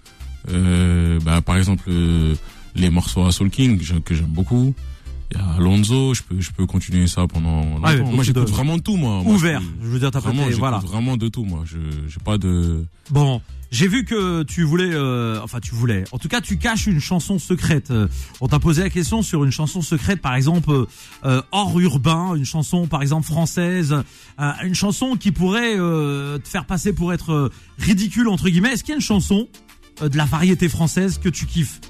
Speaker 3: Euh, bah, par exemple, euh, les morceaux à Soul King je- que j'aime beaucoup. Il y a Alonso, je peux, je peux continuer ça pendant longtemps.
Speaker 2: Ouais, mais
Speaker 3: moi,
Speaker 2: beaucoup
Speaker 3: j'écoute
Speaker 2: de-
Speaker 3: vraiment tout, moi. Moi,
Speaker 2: Ouvert,
Speaker 3: j'écoute
Speaker 2: je veux dire t'as pas
Speaker 3: Vraiment,
Speaker 2: été-
Speaker 3: j'écoute
Speaker 2: voilà.
Speaker 3: vraiment de tout, moi. Je, j'ai pas de.
Speaker 2: Bon, j'ai vu que tu voulais, euh, enfin tu voulais, en tout cas tu caches une chanson secrète. Euh, on t'a posé la question sur une chanson secrète, par exemple euh, euh, hors urbain, une chanson par exemple française, euh, une chanson qui pourrait euh, te faire passer pour être euh, ridicule entre guillemets. Est-ce qu'il y a une chanson euh, de la variété française que tu kiffes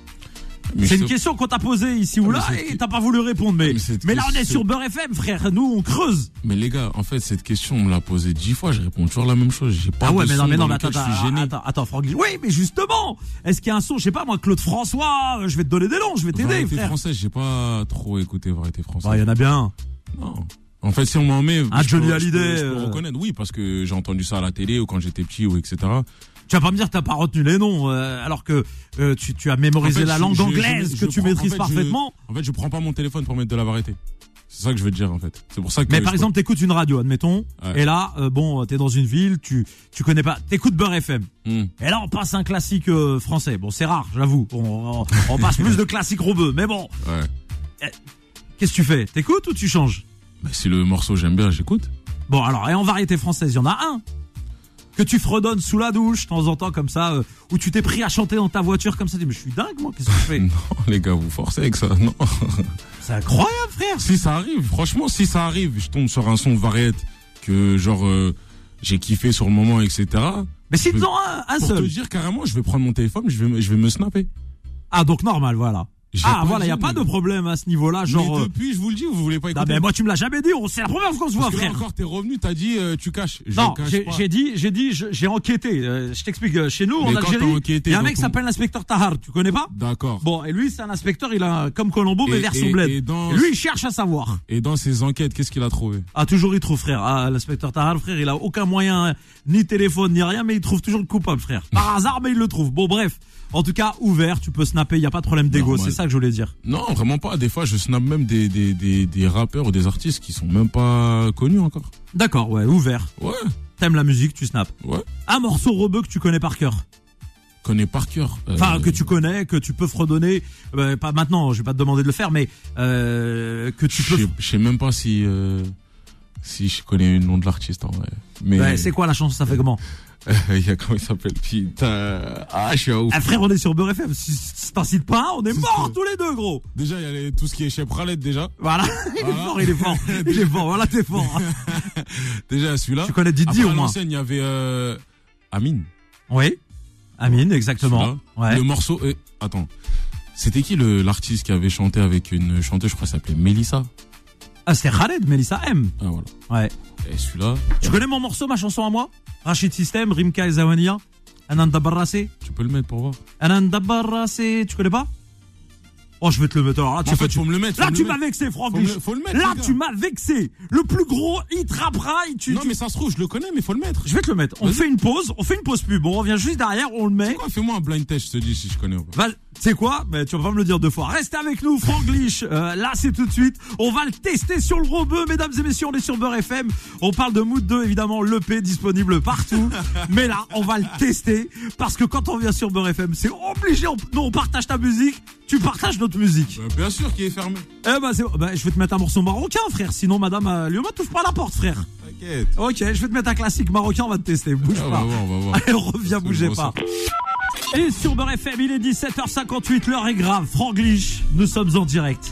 Speaker 3: Mais
Speaker 2: C'est
Speaker 3: je-
Speaker 2: une question qu'on t'a posée ici ou
Speaker 3: Ah, mais
Speaker 2: là
Speaker 3: c'est-
Speaker 2: et t'as pas voulu répondre. Mais,
Speaker 3: Ah, mais c'est-
Speaker 2: mais là on est
Speaker 3: c'est-
Speaker 2: sur Beurre FM, frère. Nous on creuse.
Speaker 3: Mais les gars, en fait, cette question, on me l'a posée dix fois. Je réponds toujours la même chose. J'ai pas
Speaker 2: Ah ouais,
Speaker 3: de
Speaker 2: mais non,
Speaker 3: son
Speaker 2: mais non,
Speaker 3: dans
Speaker 2: mais attends,
Speaker 3: lequel je suis
Speaker 2: attends,
Speaker 3: gêné.
Speaker 2: attends, attends, Franck. Oui, mais justement, est-ce qu'il y a un son, je sais pas moi, Claude François, euh, je vais te donner des noms, je vais t'aider,
Speaker 3: Variété
Speaker 2: frère.
Speaker 3: française, j'ai pas trop écouté variété française.
Speaker 2: Bah, il y en a bien. un.
Speaker 3: Non. En fait, si on m'en met,
Speaker 2: Ah,
Speaker 3: je
Speaker 2: Johnny
Speaker 3: peux- je
Speaker 2: Hallyday,
Speaker 3: peux- je peux
Speaker 2: euh.
Speaker 3: reconnaître, oui, parce que j'ai entendu ça à la télé ou quand j'étais petit ou etc.
Speaker 2: Tu vas pas me dire que t'as pas retenu les noms, euh, alors que euh, tu, tu as mémorisé
Speaker 3: En fait,
Speaker 2: la
Speaker 3: je-
Speaker 2: langue
Speaker 3: je-
Speaker 2: anglaise
Speaker 3: je-
Speaker 2: que
Speaker 3: je
Speaker 2: tu
Speaker 3: prends- en
Speaker 2: maîtrises
Speaker 3: fait, je-
Speaker 2: parfaitement.
Speaker 3: En fait, je prends pas mon téléphone pour mettre de la variété. C'est ça que je veux te dire en fait. C'est pour ça que.
Speaker 2: Mais
Speaker 3: je
Speaker 2: par
Speaker 3: peux-
Speaker 2: exemple, t'écoutes une radio, admettons,
Speaker 3: Ouais.
Speaker 2: et là, euh, bon, t'es dans une ville, tu tu connais pas, t'écoutes Beurre FM,
Speaker 3: Hmm.
Speaker 2: et là on passe un classique euh, français. Bon, c'est rare, j'avoue. On, on- on passe plus de classiques robeux, mais bon, Eh,
Speaker 3: Ouais.
Speaker 2: qu'est-ce que tu fais T'écoutes ou tu changes
Speaker 3: Bah, si le morceau j'aime bien, j'écoute.
Speaker 2: Bon, alors, et en variété française, il y en a un que tu fredonnes sous la douche, de temps en temps, comme ça, euh, où tu t'es pris à chanter dans ta voiture, comme ça, tu dis, mais je suis dingue, moi, qu'est-ce que je fais
Speaker 3: Non, les gars, vous forcez avec ça. Non.
Speaker 2: C'est incroyable, frère
Speaker 3: si ça arrive, franchement, si ça arrive, je tombe sur un son variété que genre euh, j'ai kiffé sur le moment, etc.
Speaker 2: Mais s'ils en ont un, un
Speaker 3: Pour te
Speaker 2: seul
Speaker 3: dire carrément, je vais prendre mon téléphone, je vais, me- je vais me snapper.
Speaker 2: Ah, donc normal, voilà.
Speaker 3: J'ai
Speaker 2: Ah,
Speaker 3: pas
Speaker 2: voilà, il
Speaker 3: dit,
Speaker 2: n'y a pas
Speaker 3: mais-
Speaker 2: de problème à ce niveau-là, genre...
Speaker 3: Mais
Speaker 2: euh,
Speaker 3: depuis, je vous le dis, vous voulez pas
Speaker 2: Non,
Speaker 3: écouter.
Speaker 2: mais moi, tu me l'as jamais dit, on- c'est la première fois qu'on se voit,
Speaker 3: Parce que là
Speaker 2: frère
Speaker 3: encore, t'es revenu, t'as dit euh, tu caches. Je
Speaker 2: Non,
Speaker 3: cache
Speaker 2: j'ai
Speaker 3: pas.
Speaker 2: j'ai dit, j'ai dit, je- j'ai enquêté. Euh, je t'explique, euh, chez nous, en
Speaker 3: Mais quand
Speaker 2: Algérie,
Speaker 3: t'as enquêté
Speaker 2: il y a un
Speaker 3: dans
Speaker 2: mec qui
Speaker 3: ton-
Speaker 2: s'appelle l'inspecteur Tahar, tu connais pas
Speaker 3: D'accord.
Speaker 2: Bon, et lui, c'est un inspecteur, il a, un- comme Colombo, mais
Speaker 3: Et-
Speaker 2: version
Speaker 3: et-
Speaker 2: bled.
Speaker 3: et dans-
Speaker 2: Lui, il cherche à savoir.
Speaker 3: Et dans ses enquêtes, qu'est-ce qu'il a trouvé
Speaker 2: Ah, toujours il trouve, frère. Ah, l'inspecteur Tahar, frère, il a aucun moyen, hein, ni téléphone, ni rien, mais il trouve toujours le coupable, frère. Par hasard, mais il le trouve. Bon, bref. En tout cas, ouvert, tu peux snapper, il n'y a pas de problème d'ego,
Speaker 3: Normal.
Speaker 2: c'est ça que je voulais dire.
Speaker 3: Non, vraiment pas. Des fois, je snap même des, des, des, des rappeurs ou des artistes qui sont même pas connus encore.
Speaker 2: D'accord, ouais, ouvert.
Speaker 3: Ouais,
Speaker 2: T'aimes la musique, tu snaps.
Speaker 3: ouais.
Speaker 2: Un morceau rebeu que tu connais par cœur.
Speaker 3: Connais par cœur. Euh,
Speaker 2: Enfin, que tu connais, que tu peux fredonner. Euh, pas maintenant, je vais pas te demander de le faire, mais euh, que tu
Speaker 3: Je
Speaker 2: peux.
Speaker 3: sais- je sais même pas si euh, si je connais le nom de l'artiste en vrai. Mais
Speaker 2: Ouais, c'est quoi la chanson Ça fait comment
Speaker 3: Il y a comment il s'appelle Putain. Ah, je suis à ouf.
Speaker 2: Ah, frère, on est sur Beurre FM. Si si t'en cites pas, un, on est morts tous les deux, gros.
Speaker 3: Déjà, il y a les- tout ce qui est chez Pralette, déjà.
Speaker 2: Voilà. Il est
Speaker 3: Voilà.
Speaker 2: fort, il est fort. Il est fort. Voilà, t'es fort. hein.
Speaker 3: Déjà, celui-là.
Speaker 2: Tu connais Didi
Speaker 3: Après,
Speaker 2: au
Speaker 3: à
Speaker 2: moins.
Speaker 3: l'ancienne, il y avait euh, Amine.
Speaker 2: Oui. Amine, exactement.
Speaker 3: celui-là.
Speaker 2: Ouais.
Speaker 3: Le morceau. euh, attends. C'était qui le- l'artiste qui avait chanté avec une chanteuse, je crois, que ça s'appelait Mélissa
Speaker 2: Ah, c'était Khaled, Melissa M.
Speaker 3: Ah, voilà.
Speaker 2: Ouais.
Speaker 3: Et celui-là,
Speaker 2: Tu connais mon morceau, ma chanson à moi Rachid System, Rimka et Zawania. Ananda Barrasé.
Speaker 3: tu peux le mettre pour voir.
Speaker 2: Ananda Barrasé. Tu connais pas Oh, je vais te le mettre. Alors là, tu,
Speaker 3: en fait,
Speaker 2: tu-
Speaker 3: faut me le mettre.
Speaker 2: là,
Speaker 3: faut me
Speaker 2: tu
Speaker 3: le
Speaker 2: m'as
Speaker 3: mettre.
Speaker 2: vexé, Franck.
Speaker 3: Faut me le-
Speaker 2: Biche.
Speaker 3: faut le mettre,
Speaker 2: Là,
Speaker 3: les gars.
Speaker 2: tu m'as vexé. Le plus gros hit rap rail, tu,
Speaker 3: Non,
Speaker 2: tu-
Speaker 3: mais ça se trouve, je le connais, mais faut le mettre.
Speaker 2: Je vais te le mettre. On
Speaker 3: Vas-y.
Speaker 2: fait une pause. On fait une pause pub. On revient juste derrière. On le met.
Speaker 3: Quoi, Fais-moi un blind test, je te dis si je connais ou pas.
Speaker 2: Va- Tu sais quoi Mais Tu vas pas me le dire deux fois. Reste avec nous, Franck Lich. Euh, là, c'est tout de suite. On va le tester sur le robeux, mesdames et messieurs. On est sur Beurre FM. On parle de Mood 2, évidemment. L'EP disponible partout. Mais là, on va le tester. Parce que quand on vient sur Beurre FM, c'est obligé. On, nous, on partage ta musique. Tu partages notre musique.
Speaker 3: Euh, Bien sûr qu'il est fermé.
Speaker 2: Eh ben, c'est, ben, je vais te mettre un morceau marocain, frère. Sinon, madame euh, Lyoma touche pas à la porte, frère.
Speaker 3: T'inquiète.
Speaker 2: Ok, je vais te mettre un classique marocain. On va te tester. Bouge
Speaker 3: Ah, on
Speaker 2: pas.
Speaker 3: va voir, on va voir.
Speaker 2: Allez, reviens,
Speaker 3: Parce que
Speaker 2: bougez
Speaker 3: je
Speaker 2: pas.
Speaker 3: ressens.
Speaker 2: Et sur Beurre FM, il est 17h58, l'heure est grave. Franglish, nous sommes en direct.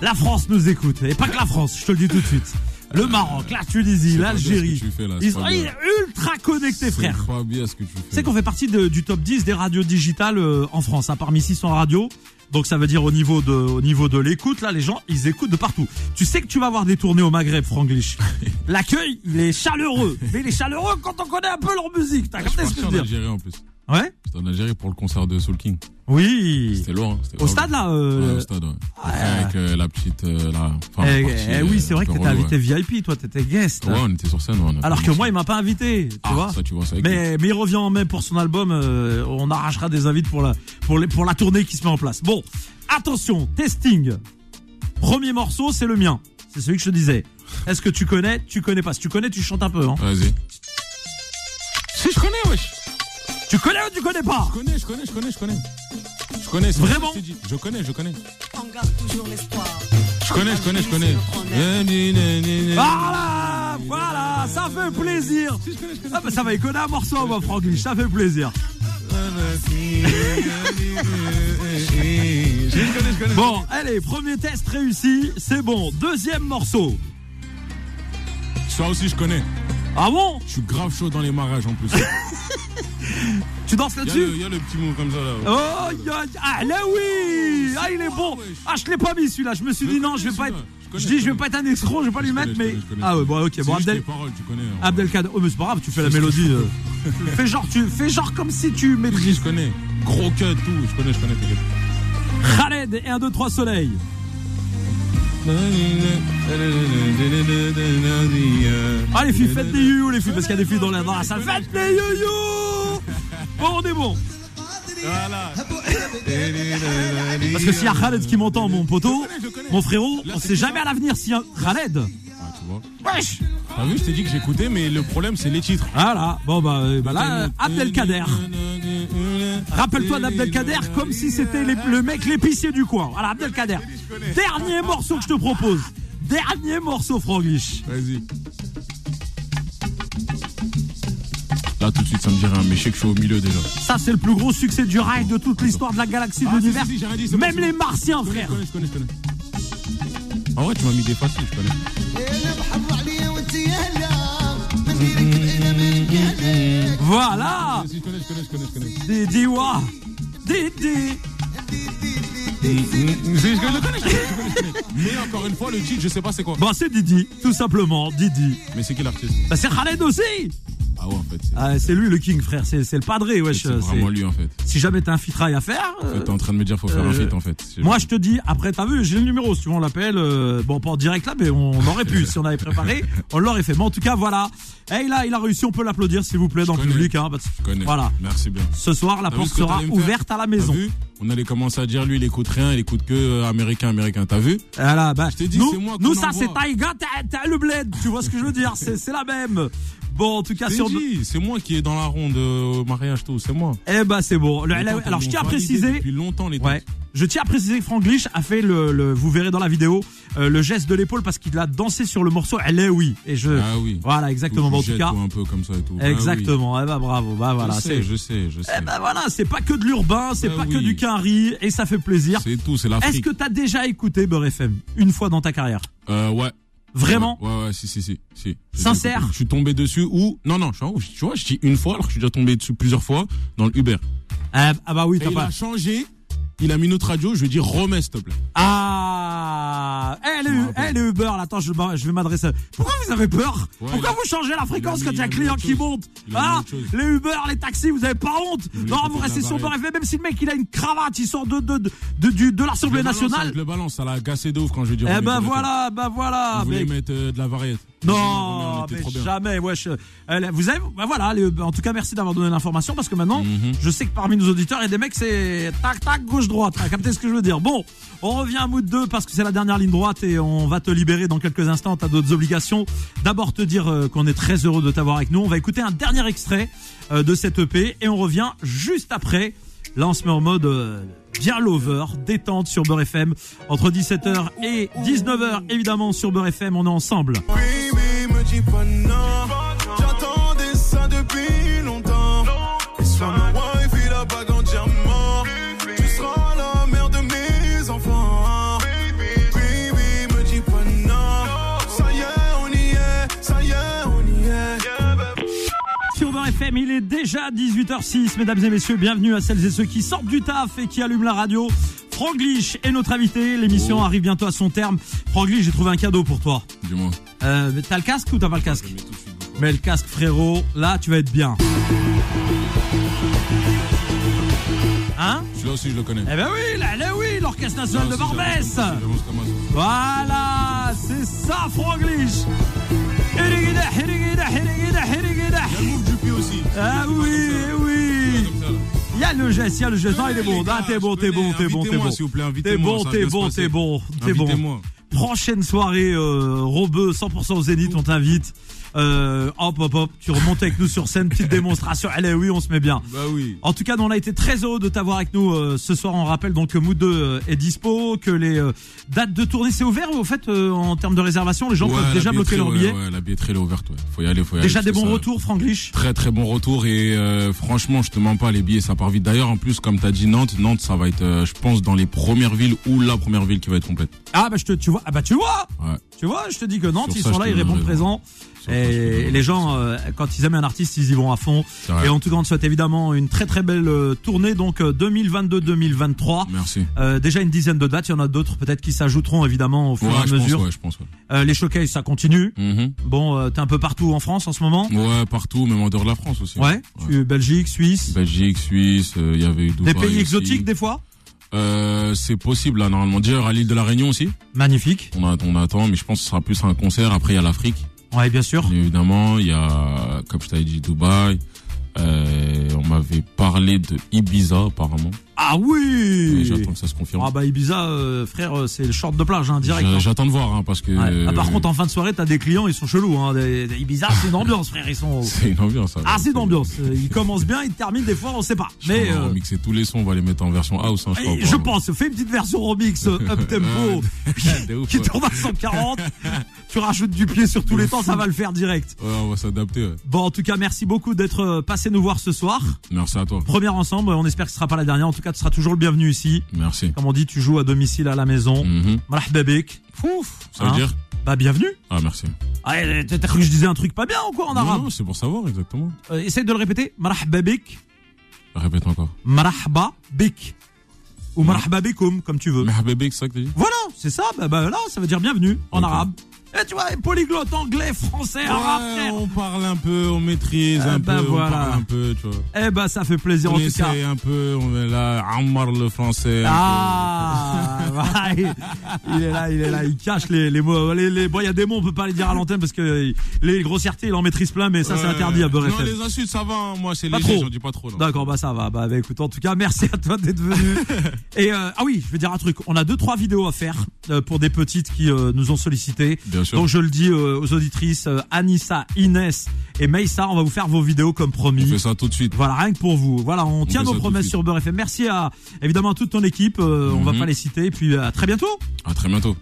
Speaker 2: La France nous écoute. Et pas que la France, je te le dis tout de suite. Le Maroc, la Tunisie,
Speaker 3: c'est pas bien ce que
Speaker 2: l'Algérie.
Speaker 3: tu fais, là, c'est
Speaker 2: Ils sont
Speaker 3: pas bien.
Speaker 2: ultra connectés, frère.
Speaker 3: C'est pas bien ce que tu fais.
Speaker 2: C'est qu'on fait partie de- du top 10 des radios digitales euh, en France, hein, parmi 600 radios. Donc ça veut dire au niveau de, au niveau de l'écoute, là, les gens, ils écoutent de partout. Tu sais que tu vas avoir des tournées au Maghreb, Franglish. L'accueil, il est chaleureux. Mais il est chaleureux quand on connaît un peu leur musique. T'as
Speaker 3: Ah, Je suis
Speaker 2: capté ce que je
Speaker 3: parti
Speaker 2: veux
Speaker 3: en
Speaker 2: dire
Speaker 3: Algérie en plus.
Speaker 2: Ouais
Speaker 3: J'étais en Algérie pour le concert de Soul King.
Speaker 2: Oui.
Speaker 3: C'était lourd. hein, c'était
Speaker 2: Au
Speaker 3: grave
Speaker 2: stade,
Speaker 3: lourd.
Speaker 2: là euh,
Speaker 3: Ouais, au stade, ouais. Avec euh, la petite. euh, la, enfin,
Speaker 2: Eh,
Speaker 3: la partie,
Speaker 2: eh
Speaker 3: euh,
Speaker 2: oui, c'est vrai que
Speaker 3: de
Speaker 2: t'étais
Speaker 3: relou,
Speaker 2: invité VIP, toi, t'étais guest.
Speaker 3: Ouais. Ouais, on était sur scène. ouais, on a
Speaker 2: Alors
Speaker 3: fait
Speaker 2: que
Speaker 3: un
Speaker 2: moi, il
Speaker 3: morceau.
Speaker 2: m'a pas invité, tu
Speaker 3: Ah,
Speaker 2: vois.
Speaker 3: Ça, tu vois, ça. écoute.
Speaker 2: Mais, mais il revient en mai pour son album. euh, on arrachera des invites pour la, pour, les, pour la tournée qui se met en place. Bon, attention, testing. Premier morceau, c'est le mien. C'est celui que je te disais. Est-ce que tu connais Tu connais pas. Si tu connais, tu chantes un peu. Hein.
Speaker 3: Vas-y. Si, je connais, wesh.
Speaker 2: Tu connais ou tu connais pas
Speaker 3: Je connais, je connais, je connais, je connais. Je connais. c'est
Speaker 2: Vraiment
Speaker 3: pour ça que je t'ai dit. Je connais, je connais.
Speaker 5: On garde toujours l'espoir.
Speaker 3: Je connais, je connais, je connais. Ni, ni, ni, ni, ni.
Speaker 2: Voilà, voilà, ça fait plaisir. Ah bah ça va, il connaît un morceau, moi, Franklin. Ça fait plaisir.
Speaker 3: Je connais, je connais.
Speaker 2: Bon, allez, premier test réussi, c'est bon. Deuxième morceau.
Speaker 3: Ça aussi, je connais.
Speaker 2: Ah bon
Speaker 3: Je suis grave chaud dans les mariages en plus. Il
Speaker 2: Tu danses
Speaker 3: y, a le-
Speaker 2: là-dessus
Speaker 3: il y a le petit move comme ça là.
Speaker 2: Oh, yo- ah là
Speaker 3: Oh,
Speaker 2: oui Ah, il est bon Ah, je l'ai pas mis celui-là, je me suis
Speaker 3: Je
Speaker 2: dit
Speaker 3: connais
Speaker 2: non, je vais pas être.
Speaker 3: celui-là, je connais,
Speaker 2: Je dis,
Speaker 3: je
Speaker 2: je vais
Speaker 3: connais.
Speaker 2: pas être un escroc, je vais pas lui
Speaker 3: Je connais,
Speaker 2: mettre,
Speaker 3: je
Speaker 2: mais.
Speaker 3: connais, je connais.
Speaker 2: Ah, ouais, bon, ok,
Speaker 3: C'est
Speaker 2: bon,
Speaker 3: juste les
Speaker 2: Abdel.
Speaker 3: paroles, tu connais. hein. en vrai.
Speaker 2: Abdelkader. Oh, mais c'est pas grave, tu fais la
Speaker 3: C'est juste
Speaker 2: mélodie. euh. fais, genre, tu, fais genre comme si tu
Speaker 3: Si,
Speaker 2: maîtrises.
Speaker 3: je connais. Gros cut, tout. Je connais, je connais, t'inquiète.
Speaker 2: Khaled et 1, 2, 3 soleil. Ah, les filles, faites des youyou, les filles, parce qu'il y a des filles dans la, dans la salle. Faites des youyou Bon, on est bon.
Speaker 3: Voilà.
Speaker 2: Parce que s'il y a Khaled qui m'entend, mon poteau,
Speaker 3: euh, Je connais.
Speaker 2: mon frérot,
Speaker 3: Là,
Speaker 2: on
Speaker 3: c'est
Speaker 2: sait
Speaker 3: qui,
Speaker 2: jamais à l'avenir s'il y a Khaled.
Speaker 3: Ah, tu vois.
Speaker 2: Wesh
Speaker 3: T'as vu, Ah je t'ai dit que j'écoutais, mais le problème, c'est les titres.
Speaker 2: Voilà, bon bah, euh, bah là, euh, Abdelkader. Rappelle-toi d'Abdelkader comme si c'était l'ép- le mec l'épicier du coin. Voilà, Abdelkader. Dernier morceau que je te propose. Dernier morceau, Franglish.
Speaker 3: Vas-y. Là, tout de suite, ça me dirait un mais je sais que je suis au milieu déjà.
Speaker 2: Ça, c'est le plus gros succès du rail de toute l'histoire de la galaxie, de
Speaker 3: Ah, si,
Speaker 2: l'univers.
Speaker 3: si, si, j'ai rien dit, c'est bon,
Speaker 2: Même
Speaker 3: c'est
Speaker 2: les
Speaker 3: bon.
Speaker 2: martiens,
Speaker 3: Je connais, je
Speaker 2: frère.
Speaker 3: connais, je connais, je connais. Ah ouais, tu m'as mis des faciles, je connais.
Speaker 2: Voilà.
Speaker 3: Si, je connais, je connais, je connais, je connais.
Speaker 2: Des Diwa. Des, des.
Speaker 3: Si, je connais, je connais, je connais, je connais, je connais. Mm, Mais encore une fois, le titre, je sais pas c'est quoi.
Speaker 2: Bon, c'est Didi, tout simplement, Didi.
Speaker 3: Mais c'est qui l'artiste
Speaker 2: Bah, c'est Khaled aussi.
Speaker 3: Ah ouais, en fait. c'est-
Speaker 2: Ah, c'est lui le king, frère. C'est c'est le padré, wesh.
Speaker 3: C'est
Speaker 2: euh,
Speaker 3: vraiment
Speaker 2: c'est-
Speaker 3: lui, en fait.
Speaker 2: Si jamais t'as un fitrail à faire. euh,
Speaker 3: En fait, T'es en train de me dire, faut faire un
Speaker 2: euh,
Speaker 3: feat, en fait. J'ai-
Speaker 2: Moi, je te dis, après, t'as vu, j'ai le numéro, si tu veux, on l'appelle. euh, bon, pas en direct là, mais on aurait pu. si on avait préparé, on l'aurait fait. Mais en tout cas, voilà. Et là, il a réussi, on peut l'applaudir, s'il vous plaît, dans le
Speaker 3: connais.
Speaker 2: public. Hein, parce-
Speaker 3: Je connais.
Speaker 2: Voilà.
Speaker 3: Merci bien.
Speaker 2: Ce soir, la
Speaker 3: T'as vu
Speaker 2: porte
Speaker 3: ce que
Speaker 2: sera
Speaker 3: t'allais me faire
Speaker 2: ouverte à la
Speaker 3: T'as
Speaker 2: maison.
Speaker 3: vu On allait commencer à dire, lui, il écoute rien, il écoute que euh, américain, américain. T'as vu
Speaker 2: Voilà, bah,
Speaker 3: t'ai dit,
Speaker 2: nous,
Speaker 3: c'est moi qu'on
Speaker 2: nous ça, c'est
Speaker 3: envoie.
Speaker 2: Taïga, t'as- t'as le bled. Tu vois ce que je veux dire C'est c'est la même. Bon, en tout cas,
Speaker 3: T'es
Speaker 2: Ah, sur.
Speaker 3: dit, C'est moi qui est dans la ronde euh, au mariage, tout. C'est moi.
Speaker 2: Eh ben, c'est bon. Le-
Speaker 3: Les
Speaker 2: la-
Speaker 3: tantes, elles
Speaker 2: alors, je
Speaker 3: m'ont
Speaker 2: tiens à
Speaker 3: validé
Speaker 2: préciser.
Speaker 3: Depuis longtemps, les
Speaker 2: Ouais.
Speaker 3: tantes.
Speaker 2: Je tiens à préciser que Frank Lich a fait le, le- vous verrez dans la vidéo, euh, le geste de l'épaule parce qu'il a dansé sur le morceau. Elle est oui. Et je,
Speaker 3: Ah oui.
Speaker 2: voilà, exactement.
Speaker 3: Tout
Speaker 2: Bon, en
Speaker 3: jette,
Speaker 2: tout cas,
Speaker 3: ou un peu comme ça et tout. Ah oui.
Speaker 2: exactement. Eh ben, bravo. Bah, voilà.
Speaker 3: je
Speaker 2: c'est-
Speaker 3: sais, je sais, je sais.
Speaker 2: Eh ben, voilà, c'est pas que de l'urbain, c'est
Speaker 3: Bah
Speaker 2: pas que
Speaker 3: oui.
Speaker 2: du quinri et ça fait plaisir.
Speaker 3: C'est tout, c'est
Speaker 2: Est-ce
Speaker 3: l'Afrique.
Speaker 2: que t'as déjà écouté Beurre FM une fois dans ta carrière?
Speaker 3: Euh, ouais.
Speaker 2: Vraiment?
Speaker 3: Ouais, ouais, ouais, si, si, si. si.
Speaker 2: Sincère
Speaker 3: Je suis tombé dessus ou. Non, non, je suis en ouf. Tu vois, je dis une fois alors que je suis déjà tombé dessus plusieurs fois dans le Uber.
Speaker 2: Ah, ah bah oui,
Speaker 3: Et
Speaker 2: t'as
Speaker 3: il
Speaker 2: pas.
Speaker 3: a changé. Il a mis notre radio. Je lui ai dit remets, s'il te plaît.
Speaker 2: Ah, elle
Speaker 3: Je me
Speaker 2: est,
Speaker 3: rappelle.
Speaker 2: elle est Uber. là. Attends, je, je vais m'adresser. à- Pourquoi vous avez peur
Speaker 3: Ouais,
Speaker 2: Pourquoi
Speaker 3: il a-
Speaker 2: vous changez la fréquence
Speaker 3: mis-
Speaker 2: quand il y a un
Speaker 3: il a mis
Speaker 2: client
Speaker 3: autre
Speaker 2: qui
Speaker 3: chose.
Speaker 2: monte
Speaker 3: Il a mis
Speaker 2: Ah,
Speaker 3: autre chose.
Speaker 2: les Uber, les taxis, vous avez pas honte
Speaker 3: Il voulait
Speaker 2: Non,
Speaker 3: écouter
Speaker 2: vous
Speaker 3: de la
Speaker 2: restez sur Beurre
Speaker 3: variété.
Speaker 2: FM, même si le mec il a une cravate, il sort de de de de, du- de
Speaker 3: Je
Speaker 2: l'Assemblée
Speaker 3: le balance, hein,
Speaker 2: nationale.
Speaker 3: Je le balance, ça l'a agacé de ouf quand je lui ai dit
Speaker 2: Eh
Speaker 3: remets
Speaker 2: ben
Speaker 3: le téléphone.
Speaker 2: voilà, ben
Speaker 3: Il
Speaker 2: voilà.
Speaker 3: voulait
Speaker 2: mec.
Speaker 3: mettre euh, de la variété.
Speaker 2: Non,
Speaker 3: On était
Speaker 2: mais
Speaker 3: trop bien.
Speaker 2: jamais, wesh. Elle- Vous avez, bah voilà, les- en tout cas, merci d'avoir donné l'information parce que maintenant,
Speaker 3: Mhm.
Speaker 2: je sais que parmi nos auditeurs, il y a des mecs, c'est tac, tac, gauche, droite. T'as capté ce que je veux dire? Bon, on revient à Mood 2 parce que c'est la dernière ligne droite et on va te libérer dans quelques instants. T'as d'autres obligations. D'abord, te dire euh, qu'on est très heureux de t'avoir avec nous. On va écouter un dernier extrait euh, de cette EP et on revient juste après. Là, on se met en mode euh, bien lover, détente sur Beurre FM. Entre 17h et 19h, évidemment, sur Beurre FM, on est ensemble.
Speaker 4: Baby, me dis pas non. J'attendais ça depuis longtemps. Et sur ma wife, il a bague en diamant. Tu seras la mère de mes enfants. Baby, me dis pas non. Ça y est, on y est. Ça y est, on y est.
Speaker 2: Sur Beurre FM, il est déjà 18h06. Mesdames et messieurs, bienvenue à celles et ceux qui sortent du taf et qui allument la radio. Franglish est notre invité. L'émission arrive bientôt à son terme. Franglish, j'ai trouvé un cadeau pour toi.
Speaker 3: Dis-moi.
Speaker 2: Euh, mais t'as le casque ou t'as pas le casque
Speaker 3: Mais tout de suite,
Speaker 2: Mets le casque, frérot. Là, tu vas être bien. Hein
Speaker 3: Celui-là aussi, je le connais.
Speaker 2: Eh ben oui, là, là oui, l'Orchestre National de
Speaker 3: Celui-là
Speaker 2: Barbès.
Speaker 3: aussi, je le connais. Je le commence.
Speaker 2: Voilà, c'est ça, Franglish. Hirigida, hirigida, hirigida, hirigida.
Speaker 3: Il y a le move du pied aussi.
Speaker 2: Ah oui, eh oui.
Speaker 3: Comme ça, là.
Speaker 2: Il y a le geste, il y a le geste. Non, il est
Speaker 3: Les
Speaker 2: bon.
Speaker 3: gars,
Speaker 2: Ah, t'es bon, t'es bon, t'es bon, t'es
Speaker 3: invitez-moi,
Speaker 2: bon.
Speaker 3: s'il vous plaît,
Speaker 2: T'es
Speaker 3: invitez-moi,
Speaker 2: bon,
Speaker 3: ça va
Speaker 2: t'es
Speaker 3: bien
Speaker 2: bon,
Speaker 3: se passer.
Speaker 2: t'es bon, t'es bon.
Speaker 3: Invitez-moi.
Speaker 2: Prochaine soirée, euh, Robeux, 100% au Zénith, on t'invite. Euh, hop, hop, hop, tu remontes avec nous sur scène, petite démonstration. Allez, oui, on se met bien.
Speaker 3: Bah oui.
Speaker 2: En tout cas, nous, on a été très heureux de t'avoir avec nous euh, ce soir. On rappelle donc que Mood 2 euh, est dispo, que les euh, dates de tournée, c'est ouvert ou au fait, euh, en termes de réservation, les gens
Speaker 3: Ouais,
Speaker 2: peuvent
Speaker 3: la
Speaker 2: déjà bloquer
Speaker 3: billetterie,
Speaker 2: leur
Speaker 3: ouais,
Speaker 2: billet.
Speaker 3: ouais, la billetterie, elle est ouverte, ouais. Faut y aller, faut y aller.
Speaker 2: Déjà
Speaker 3: parce
Speaker 2: des
Speaker 3: que
Speaker 2: bons
Speaker 3: ça-
Speaker 2: retours, Franglish
Speaker 3: Très très bon retour et euh, franchement je te mens pas les billets ça part vite d'ailleurs en plus comme t'as dit Nantes Nantes ça va être euh, je pense dans les premières villes ou la première ville qui va être complète
Speaker 2: Ah bah je te, tu vois, ah bah tu vois,
Speaker 3: Ouais.
Speaker 2: tu vois, je te dis que Nantes
Speaker 3: Sur
Speaker 2: ils
Speaker 3: ça,
Speaker 2: sont
Speaker 3: je
Speaker 2: là,
Speaker 3: te
Speaker 2: ils répondent
Speaker 3: donnerai,
Speaker 2: présent.
Speaker 3: Sur ça, je te
Speaker 2: Et
Speaker 3: donnerai.
Speaker 2: les gens, euh, quand ils aiment un artiste, ils y vont à fond.
Speaker 3: C'est vrai.
Speaker 2: Et en tout cas, on te souhaite évidemment une très très belle euh, tournée, donc euh, 2022-2023.
Speaker 3: merci
Speaker 2: Euh, déjà une dizaine de dates, il y en a d'autres peut-être qui s'ajouteront évidemment au fur
Speaker 3: ouais
Speaker 2: et à
Speaker 3: je pense
Speaker 2: mesure.
Speaker 3: ouais je pense ouais.
Speaker 2: Euh, les showcases, ça continue.
Speaker 3: Mhm.
Speaker 2: Bon, euh, t'es un peu partout en France en ce moment.
Speaker 3: ouais partout même en dehors de la France aussi
Speaker 2: Ouais. Tu- Belgique, Suisse,
Speaker 3: Belgique Suisse euh, il y avait eu
Speaker 2: des
Speaker 3: Dubaï
Speaker 2: pays
Speaker 3: aussi.
Speaker 2: exotiques des fois.
Speaker 3: euh, c'est possible là normalement d'ailleurs à l'île de la Réunion aussi
Speaker 2: Magnifique.
Speaker 3: on, a- on attend mais je pense que ce sera plus un concert après il y a l'Afrique
Speaker 2: Ouais, bien sûr.
Speaker 3: Évidemment, il y a, comme je t'avais dit, Dubaï. Euh, on m'avait parlé de Ibiza, apparemment.
Speaker 2: Ah
Speaker 3: Et
Speaker 2: oui.
Speaker 3: J'attends que ça se confirme.
Speaker 2: Ah bah Ibiza, euh, frère, euh, c'est le short de plage, hein, direct.
Speaker 3: Je-
Speaker 2: hein.
Speaker 3: J'attends de voir, hein, parce que.
Speaker 2: Ouais. Ah, par contre, en fin de soirée, t'as des clients, ils sont chelous. Hein. Des, des Ibiza, c'est une ambiance, frère. Ils sont
Speaker 3: c'est une ambiance. ça.
Speaker 2: assez d'ambiance. Euh, Ils commencent bien, ils terminent des fois, on sait pas.
Speaker 3: Je
Speaker 2: Mais
Speaker 3: crois qu'on va
Speaker 2: euh,
Speaker 3: remixer tous les sons, on va les mettre en version house. Hein, je, crois,
Speaker 2: et je
Speaker 3: pour-
Speaker 2: pense, fais une petite version remix euh, up tempo
Speaker 3: Eh, De ouf,
Speaker 2: qui
Speaker 3: ouais.
Speaker 2: tourne à 140. tu rajoutes du pied sur tous les temps, ça va le faire direct.
Speaker 3: Ouais, on va s'adapter. ouais.
Speaker 2: Bon, en tout cas, merci beaucoup d'être euh, passé nous voir ce soir.
Speaker 3: Merci à toi.
Speaker 2: Première ensemble, on espère que ce sera pas la dernière. En tout cas, tu seras toujours le bienvenu ici.
Speaker 3: Merci.
Speaker 2: Comme on dit, tu joues à domicile à la maison.
Speaker 3: Mhm.
Speaker 2: Marhaba bik. Fouf.
Speaker 3: Ça veut
Speaker 2: Hein.
Speaker 3: dire
Speaker 2: Bah, bienvenue.
Speaker 3: Ah, merci.
Speaker 2: Ah, t'as t'as cru que je disais un truc pas bien ou quoi en
Speaker 3: Non,
Speaker 2: arabe
Speaker 3: non, c'est pour savoir exactement.
Speaker 2: Euh, essaye de le répéter. Marhaba bik,
Speaker 3: Répète encore.
Speaker 2: marhaba bik. Ou marhaba bikoum, comme tu veux.
Speaker 3: Mais bébé, c'est ça que t'as dit
Speaker 2: Voilà, c'est ça. Bah, bah là, ça veut dire bienvenue en
Speaker 3: Ok.
Speaker 2: arabe. Et tu vois, polyglotte, anglais, français, arabe,
Speaker 3: Ouais,
Speaker 2: frère.
Speaker 3: on parle un peu, on maîtrise
Speaker 2: Ah,
Speaker 3: un
Speaker 2: bah,
Speaker 3: peu,
Speaker 2: voilà.
Speaker 3: on parle un peu, tu vois.
Speaker 2: Eh bah, ça fait plaisir
Speaker 3: On
Speaker 2: en tout cas.
Speaker 3: essaye un peu, on est là, Ammar le français. un
Speaker 2: Ah, voilà, il, il est là, il est là, il cache les, les mots. Les, les, bon, il y a des mots, on peut pas les dire à l'antenne parce que euh, les grossièretés, il en maîtrise plein, mais ça,
Speaker 3: peu.
Speaker 2: c'est interdit à Beurre
Speaker 3: Euh, Non,
Speaker 2: FM.
Speaker 3: les insultes, ça va, hein, moi, c'est
Speaker 2: Pas
Speaker 3: léger,
Speaker 2: trop.
Speaker 3: j'en dis pas trop. non.
Speaker 2: D'accord, bah ça va. Bah, bah, écoute, en tout cas, merci à toi d'être venu. Et euh, ah oui, je vais dire un truc. On a deux trois vidéos à faire euh, pour des petites qui euh, nous ont sollicité.
Speaker 3: Bien Bien sûr.
Speaker 2: Donc je le dis euh, aux auditrices euh, Anissa, Inès et Meissa, on va vous faire vos vidéos comme
Speaker 3: On fait
Speaker 2: promis.
Speaker 3: ça tout de suite.
Speaker 2: Voilà, rien que pour vous. Voilà, on, tient
Speaker 3: fait ça
Speaker 2: nos
Speaker 3: tout de
Speaker 2: promesses
Speaker 3: suite.
Speaker 2: sur Beurre FM. Merci à évidemment à toute ton équipe. euh, On va
Speaker 3: Mhm.
Speaker 2: pas les citer. Et puis à très bientôt.
Speaker 3: À très bientôt.